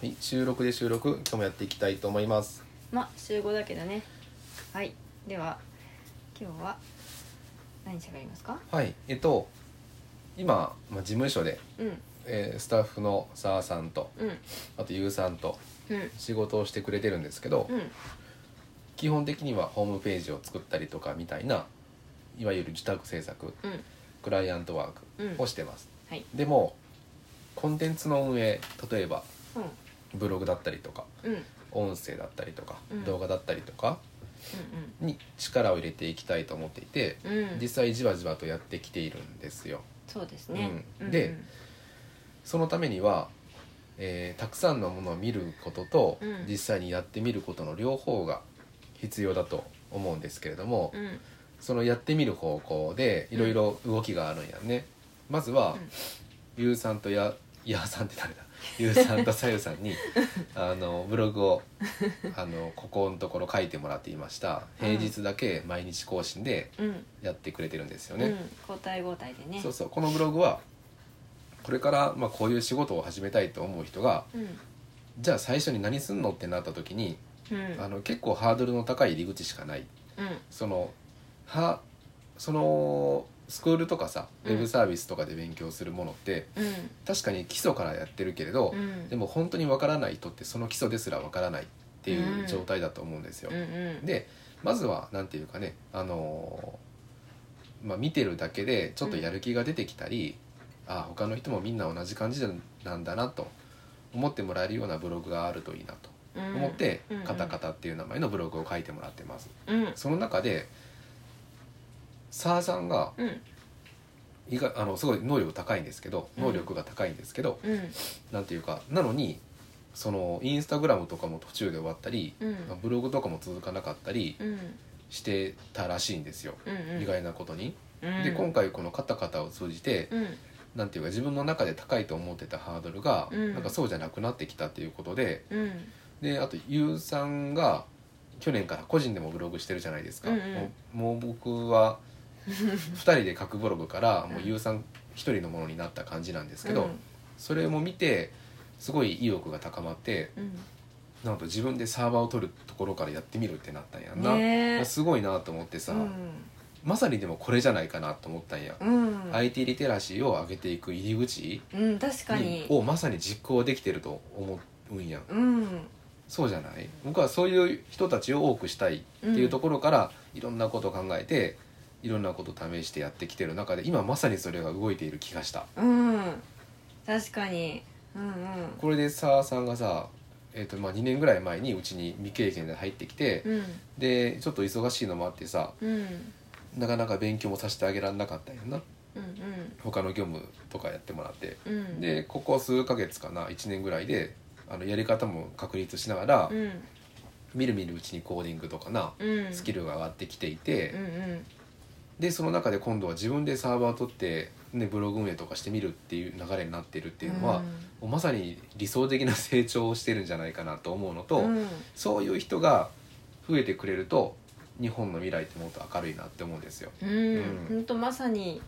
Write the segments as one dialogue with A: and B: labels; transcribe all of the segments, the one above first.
A: はい、収録で収録今日もやっていきたいと思います
B: まあ週5だけどねはいでは今日は何喋りますか
A: はいえっと今、まあ、事務所で、
B: うん
A: えースタッフの澤さんと
B: うん
A: あとゆうさんと
B: うん
A: 仕事をしてくれてるんですけど、
B: うん
A: 基本的にはホームページを作ったりとかみたいないわゆる自宅制作
B: うん
A: クライアントワー
B: うん
A: クをしてます、
B: はい
A: でもコンテンツの運営例えば
B: う
A: ブログだったりとか
B: んうんうん
A: 音声だったりとか、
B: うん
A: 動画だったりとかに力を入れていきたいと思っていて、
B: うんうん
A: 実際じわじわとやってきているんですよ
B: そうですね、
A: う
B: うんん
A: でそのためには、えーたくさんのものを見ることと、
B: うん
A: 実際にやってみることの両方が必要だと思うんですけれども、
B: うん
A: そのやってみる方向でいろいろ動きがあるんやね、まずは、ゆうさんとややさんって誰だゆうさんとさゆさ んにあのブログをあのここのところ書いてもらっていました
B: うん
A: 平日だけ毎日更新で
B: うん
A: やってくれてるんですよ
B: うん
A: ね、
B: 交代交代でね
A: そうそうこのブログはこれからまあこういう仕事を始めたいと思う人が
B: うん
A: じゃあ最初に何すんのってなった時に、
B: うん
A: あの結構ハードルの高い入り口しかない
B: うん
A: そのはそのスクールとかさウ
B: うん
A: ェブサービスとかで勉強するものって、
B: うん
A: 確かに基礎からやってるけれど、
B: うん
A: でも本当にわからない人ってその基礎ですらわからないっていう状態だと思うんですよ
B: うん。うん
A: でまずは何て言うかね、あのーまあ、見てるだけでちょっとやる気が出てきたり、ああ他の人もみんな同じ感じなんだなと思ってもらえるようなブログがあるといいなと
B: うん
A: 思って
B: うんう
A: 「
B: ん
A: カタカタ」っていう名前のブログを書いてもらってます。
B: うん
A: その中で澤さんが
B: うん
A: 意外あのすごい能力高いんですけど
B: うん
A: 能力が高いんですけど、
B: うん
A: なんていうかなのにそのインスタグラムとかも途中で終わったり、
B: うん
A: ブログとかも続かなかったり
B: うん
A: してたらしいんですよ、
B: うん
A: 意外なことに。
B: うん
A: で今回この「カタカタ」を通じて、
B: うん
A: なんていうか自分の中で高いと思ってたハードルが、
B: うん
A: なんかそうじゃなくなってきたっていうことで
B: うん
A: であとゆうさんが去年から個人でもブログしてるじゃないですか。
B: うんうん
A: もうもう僕は 2人で書くブログからもうゆうさん1人のものになった感じなんですけど、それも見てすごい意欲が高まって、
B: うん
A: なんと自分でサーバーを取るところからやってみるってなったんやんな、
B: ねえ
A: すごいなと思ってさ、
B: うん
A: まさにでもこれじゃないかなと思ったんや、
B: うん、
A: IT リテラシーを上げていく入り口
B: うん、確かに。
A: をまさに実行できてると思うんやん
B: うん、
A: そうじゃない僕はそういう人たちを多くしたいっていうところから、いろんなことを考えていろんなことを試してやってきてる中で今まさにそれが動いている気がした
B: うん、確かに。うんうん。
A: これで澤さんがさ、えーとまあ、2年ぐらい前にうちに未経験で入ってきて、
B: うん、
A: でちょっと忙しいのもあってさ
B: うん、
A: なかなか勉強もさせてあげられなかったんやな
B: うん
A: 他の業務とかやってもらって
B: うん、うん。、
A: でここ数ヶ月かな1年ぐらいであのやり方も確立しながら、
B: うん、
A: みるみるうちにコーディングとかな、
B: うん。
A: スキ
B: ル。
A: ルが上がってきてい
B: うん
A: て、
B: うん。
A: でその中で今度は自分でサーバー取って、ね、ブログ運営とかしてみるっていう流れになってるっていうのは、
B: うん
A: もうまさに理想的な成長をしてるんじゃないかなと思うのと、
B: うん、
A: そういう人が増えてくれると日本の未来ってもっと明るいなって思うんですよ。
B: うん
A: うん、
B: 本当まさに。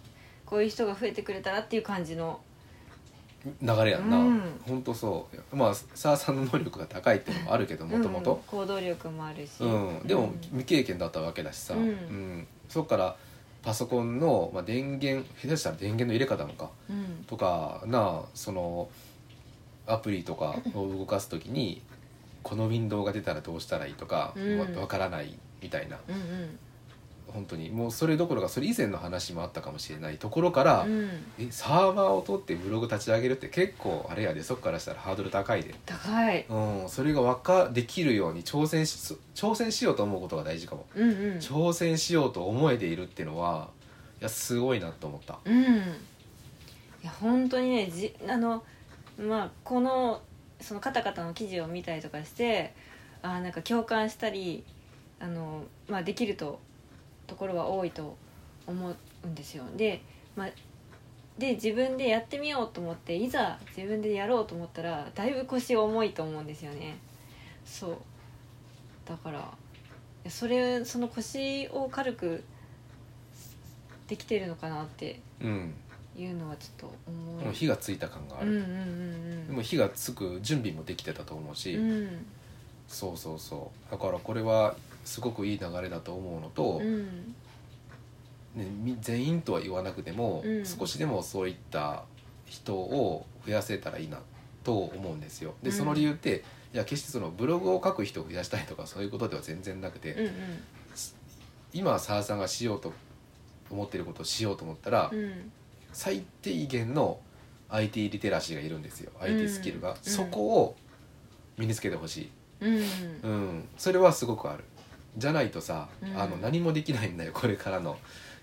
B: こういう人が増えてくれたらっていう感じの。
A: 流れやんな、
B: うん
A: ほんとそうまあ澤さんの能力が高いっていうのもあるけどもとも
B: うん
A: と、
B: 行動力もあるし。
A: うん、でも未経験だったわけだしさ、
B: うん
A: そっからパソコンの、まあ、電源下手したら電源の入れ方もか
B: うん、
A: とかなあそのアプリとかを動かす時にこのウィンドウが出たらどうしたらいいとか、
B: うん
A: わわからないみたいな
B: うん、うん、
A: 本当にもうそれどころかそれ以前の話もあったかもしれないところから、
B: うん。
A: えサーバーを取ってブログ立ち上げるって結構あれやでそっからしたらハードル高いで、
B: 高い。
A: うん、それがわかできるように挑戦しそ挑戦しようと思うことが大事かも、
B: うん、うん。
A: 挑戦しようと思えているっていうのはいやすごいなと思った
B: うんいや本当にねじあのまあこのそのカタカタの記事を見たりとかしてあーなんか共感したりあの、まあ、できるとところは多いと思うんですよで,、まあ、で自分でやってみようと思っていざ自分でやろうと思ったらだいぶ腰が重いと思うんですよねそうだからいやそれその腰を軽くできてるのかなって
A: うん
B: いうのはちょっと思
A: でも
B: う
A: 火がついた感があ
B: うんう
A: る、
B: んうん
A: でも火がつく準備もできてたと思うし、
B: うんうん
A: そうそうそうだからこれはすごくいい流れだと思うのと、
B: うん
A: ね、み全員とは言わなくても、
B: うん
A: 少しでもそういった人を増やせたらいいなと思うんですよ。で
B: うん
A: その理由って、いや決してそのブログを書く人を増やしたいとかそういうことでは全然なくて、
B: うん
A: 今澤さんがしようと思ってることをしようと思ったら、
B: うん
A: 最低限の IT リテラシーがいるんですよ IT スキルが、
B: うん
A: そこを身につけてほしい、
B: うん
A: うん、それはすごくあるじゃないとさ、
B: うん
A: あの何もできないんだよこれからの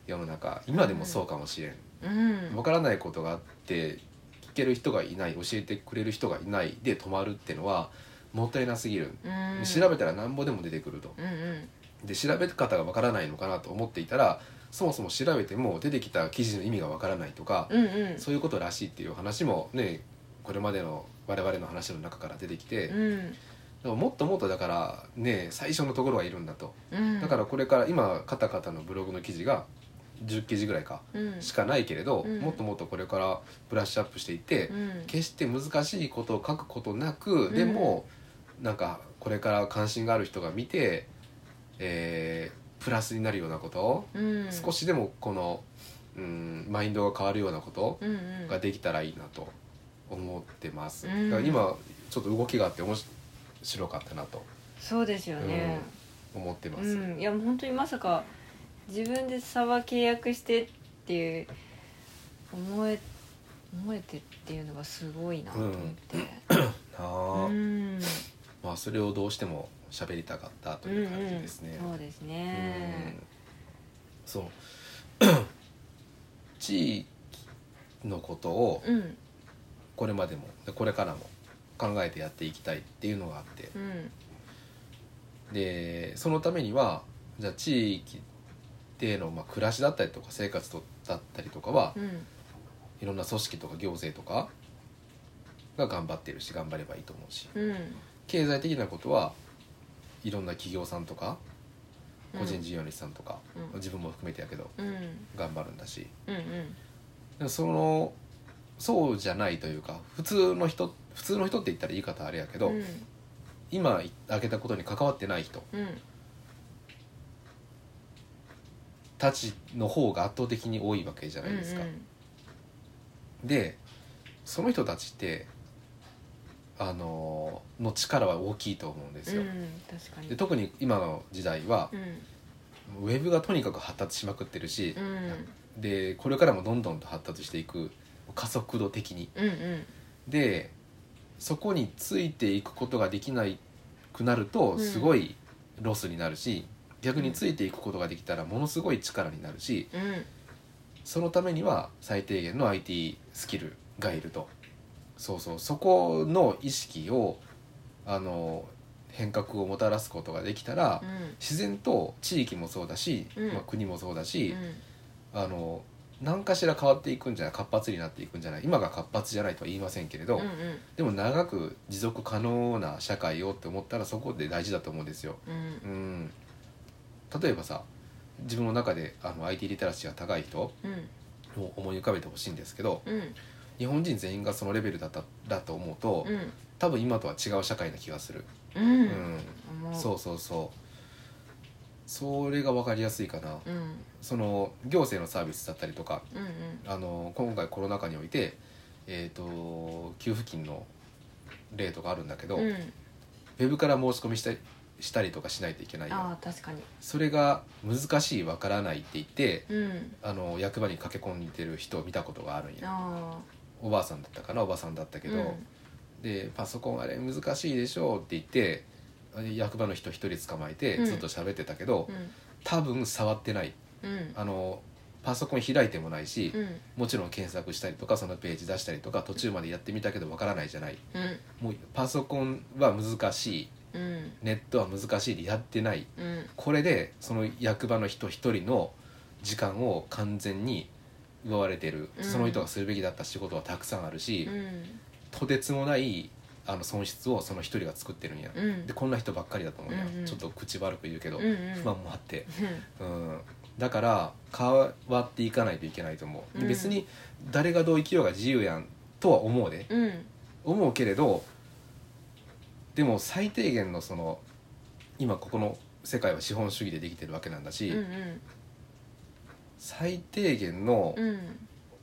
A: 世の中今でもそうかもしれん、
B: うん
A: わからないことがあって聞ける人がいない教えてくれる人がいないで止まるってのはもったいなすぎる、
B: うん
A: 調べたら何ぼでも出てくると
B: うんうん
A: で調べ方がわからないのかなと思っていたらそもそも調べても出てきた記事の意味がわからないとか、
B: うんうん
A: そういうことらしいっていう話もねこれまでの我々の話の中から出てきて、
B: うん
A: でももっともっとだからね最初のところはいるんだと、
B: うん
A: だからこれから今カタカタのブログの記事が10記事ぐらいか
B: うん
A: しかないけれど、
B: うん
A: もっともっとこれからブラッシュアップしていって、
B: うん
A: 決して難しいことを書くことなく、
B: うん
A: でもなんかこれから関心がある人が見て、えープラスになるようなこと、
B: うん
A: 少しでもこの、うん、マインドが変わるようなこと、
B: うんうん
A: ができたらいいなと思ってます、
B: うん
A: だから今ちょっと動きがあって面白かったなと
B: そうですよね
A: 思ってま
B: う
A: す、
B: んいやもう本当にまさか自分でサバ契約してっていう思え思えてっていうのがすごいなと思って
A: なあ、
B: うん
A: まあそれをどうしても喋りたかったと
B: う
A: い
B: ん
A: う感じですね、
B: そうです
A: うん
B: ね
A: そう地域のことを
B: うん
A: これまでもでこれからも考えてやっていきたいっていうのがあって
B: うん
A: でそのためにはじゃあ地域での、まあ、暮らしだったりとか生活とだったりとかは
B: うん
A: いろんな組織とか行政とかが頑張ってるし頑張ればいいと思うし
B: うん
A: 経済的なことはいろんな企業さんとか個人事業主さんとか、
B: うん
A: 自分も含めてやけど
B: うん
A: 頑張るんだし
B: うんうん
A: でもそのそうじゃないというか普通の人普通の人って言ったら言い方あれやけど、
B: うん
A: 今挙げたことに関わってない人
B: うん
A: たちの方が圧倒的に多いわけじゃないですか。でその人たちってあのの力は大きいと思うんです
B: うんう
A: よ。
B: ん確かに
A: で特に今の時代は
B: う、ん
A: ウェブがとにかく発達しまくってるし
B: う、ん
A: でこれからもどんどんと発達していく加速度的に
B: うんうん
A: でそこについていくことができなくなると
B: うん
A: すごいロスになるし、逆についていくことができたらものすごい力になるし
B: うん
A: そのためには最低限の IT スキルがいるとそうそうそこの意識をあの変革をもたらすことができたら、
B: うん
A: 自然と地域もそうだし、
B: うん
A: まあ、国もそうだし、
B: うん
A: あの何かしら変わっていくんじゃない活発になっていくんじゃない今が活発じゃないとは言いませんけれど、
B: うんうん
A: でも長く持続可能な社会をって思ったらそこで大事だと思うんですよ。
B: うん
A: うん例えばさ自分の中であの IT リテラシーが高い人を
B: うん
A: 思い浮かべてほしいんですけど
B: うん
A: 日本人全員がそのレベルだっただと思うと、
B: うん
A: 多分今とは違う社会な気がする、
B: うん
A: うん、
B: 思う
A: そうそうそうそれが分かりやすいかな、
B: うん
A: その行政のサービスだったりとか
B: うん
A: あの今回コロナ禍において、えー、と給付金の例とかあるんだけど、
B: うんう
A: ウ
B: ん
A: ェブから申し込みしたりしたりとかしないといけない
B: あ
A: よ
B: あ確かに
A: それが難しいわからないって言って
B: うん
A: あの役場に駆け込んでる人を見たことがあるんや
B: ああ
A: おばあさんだったかなおばさんだったけど、で「パソコンあれ難しいでしょ」って言って役場の人一人捕まえて
B: うん
A: ずっと喋ってたけど、
B: うん
A: 多分触ってない
B: うん
A: あのパソコン開いてもないし、
B: うん
A: もちろん検索したりとかそのページ出したりとか途中までやってみたけどわからないじゃない
B: うん
A: もうパソコンは難しい
B: うん
A: ネットは難しいでやってない
B: うん
A: これでその役場の人一人の時間を完全に奪われてる、
B: うん
A: その人がするべきだった仕事はたくさんあるし、
B: うん
A: とてつもないあの損失をその一人が作ってるんや、
B: うん
A: でこんな人ばっかりだと思うや、
B: うんうん
A: ちょっと口悪く言うけど、
B: うんうん
A: 不満もあって、
B: うん
A: うん、だから変わっていかないといけないと思う、で
B: うん
A: 別に誰がどう生きようが自由やんとは思うで、
B: うん
A: 思うけれどでも最低限のその今ここの世界は資本主義でできてるわけなんだし、
B: うんうん
A: 最低限の
B: うん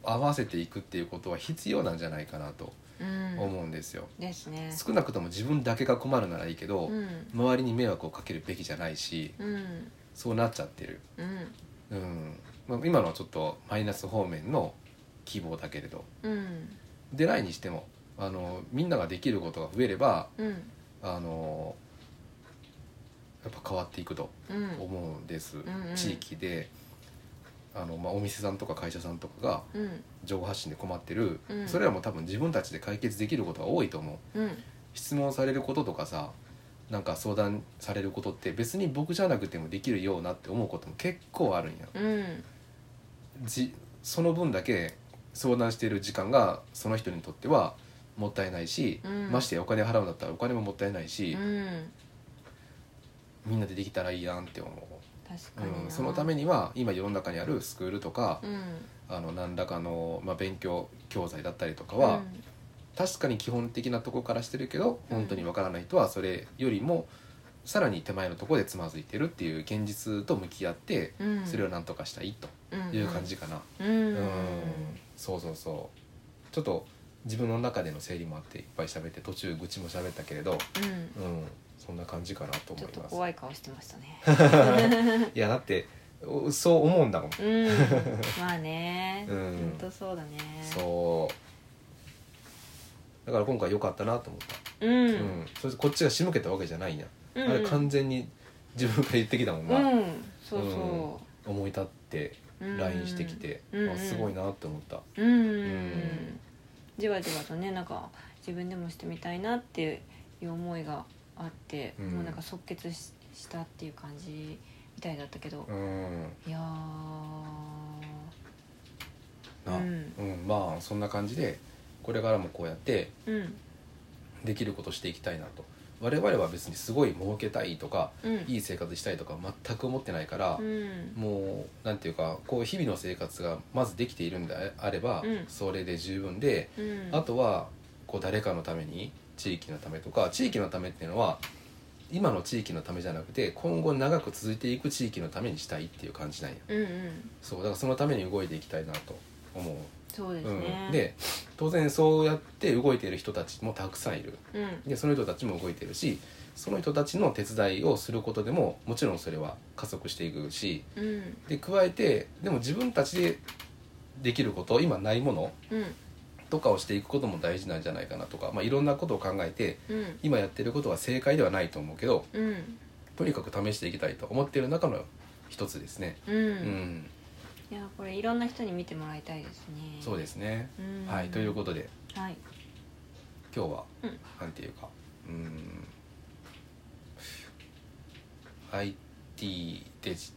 A: 合わせていくっていうことは必要なんじゃないかなと
B: うん
A: 思うんですよ、
B: ですね
A: 少なくとも自分だけが困るならいいけど、
B: うん
A: 周りに迷惑をかけるべきじゃないし
B: うん
A: そうなっちゃってる、
B: うん
A: うんまあ、今のはちょっとマイナス方面の希望だけれど
B: うん
A: でないにしてもあのみんなができることが増えれば
B: うん
A: あのやっぱ変わっていくと
B: うん
A: 思うんです、
B: んうん
A: 地域であの、まあ、お店さんとか会社さんとかが
B: うん
A: 情報発信で困ってる、
B: うん
A: それらも多分自分たちで解決できることが多いと思う
B: うん
A: 質問されることとかさなんか相談されることって別に僕じゃなくてもできるようなって思うことも結構あるんや
B: うん
A: じその分だけ相談している時間がその人にとってはもったいないし、
B: うん
A: ましてやお金払うんだったらお金ももったいないし、
B: うん
A: みんなでできたらいいやんって思
B: 確
A: う、
B: かに
A: うん、
B: な
A: そのためには今世の中にあるスクールとか
B: う、ん
A: あの何らかの、まあ、勉強教材だったりとかは、確かに基本的なとこからしてるけど
B: うん
A: 本当にわからない人はそれよりもさらに手前のところでつまずいてるっていう現実と向き合って
B: うん
A: それを何とかしたいと
B: うん
A: いう感じかな、う
B: う
A: んんそうそうそうちょっと自分の中での整理もあっていっぱい喋って途中愚痴も喋ったけれど、
B: うん
A: うん、そんな感じかなと思
B: ちょっ
A: い
B: と
A: ます。
B: 怖い顔してましたね
A: いやだっておそう思うんだもん、
B: うんまあね
A: うん
B: 本当そうだね
A: そうだから今回良かったなと思った、
B: う
A: うんそしてこっちが仕向けたわけじゃないんや、
B: うん
A: あれ完全に自分が言ってきたもんな、
B: うんそうそ
A: 思い立って
B: ううん
A: LINE してきて、
B: うん
A: あすごいなって思った、
B: う
A: ん
B: んじわじわとねなんか自分でもしてみたいなっていう思いがあって、
A: うん
B: もうなんか即決ししたっていう感じみたいだったけど
A: う、ん
B: いやー
A: な
B: うん
A: うん、まあそんな感じでこれからもこうやって
B: うん
A: できることしていきたいなと我々は別にすごい儲けたいとか
B: うん
A: いい生活したいとか全く思ってないから
B: う、ん
A: もうなんていうかこう日々の生活がまずできているんであれば、
B: うん
A: それで十分で、
B: うん
A: あとはこう誰かのために地域のためとか地域のためっていうのは今の地域のためじゃなくて今後長く続いていく地域のためにしたいっていう感じなんや
B: うんうん
A: そうだからそのために動いていきたいなと思う
B: そうです
A: う
B: ね、
A: ん、で当然そうやって動いている人たちもたくさんいる
B: うん
A: でその人たちも動いてるしその人たちの手伝いをすることでももちろんそれは加速していくし
B: うん
A: で加えてでも自分たちでできること今ないもの
B: うん
A: とかをしていくことも大事なんじゃないかなとか、まあ、いろんなことを考えて
B: うん
A: 今やってることは正解ではないと思うけど
B: うん
A: とにかく試していきたいと思ってる中の一つですね。
B: う、
A: うんん、
B: いやこれいろんな人に見てもらいたいですね
A: そうですね、
B: うん
A: はいということで
B: とはい
A: 今日は、
B: うん
A: なんていうかうーん IT デジ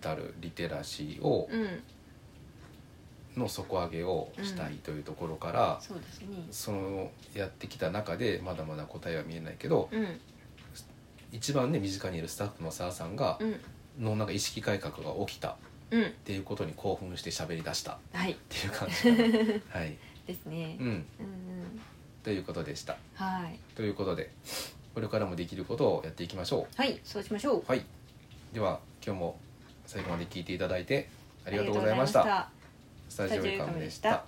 A: タルリテラシーを
B: うん
A: の底上げをしたいというところから、
B: そうですね
A: そのやってきた中でまだまだ答えは見えないけど
B: うん
A: 一番ね身近にいるスタッフの澤さんが
B: うん
A: のなんか意識改革が起きたっ
B: うん
A: ていうことに興奮して喋り出したっ
B: はい
A: ていう感じかなはい、
B: ですね
A: うん、
B: うんうん
A: ということでした
B: はい
A: ということでこれからもできることをやっていきましょ
B: はいそうしましょう
A: うはいでは今日も最後まで聞いていただいてあ
B: あ
A: りがとうございました
B: りがとうございました
A: スタジオゆかむでした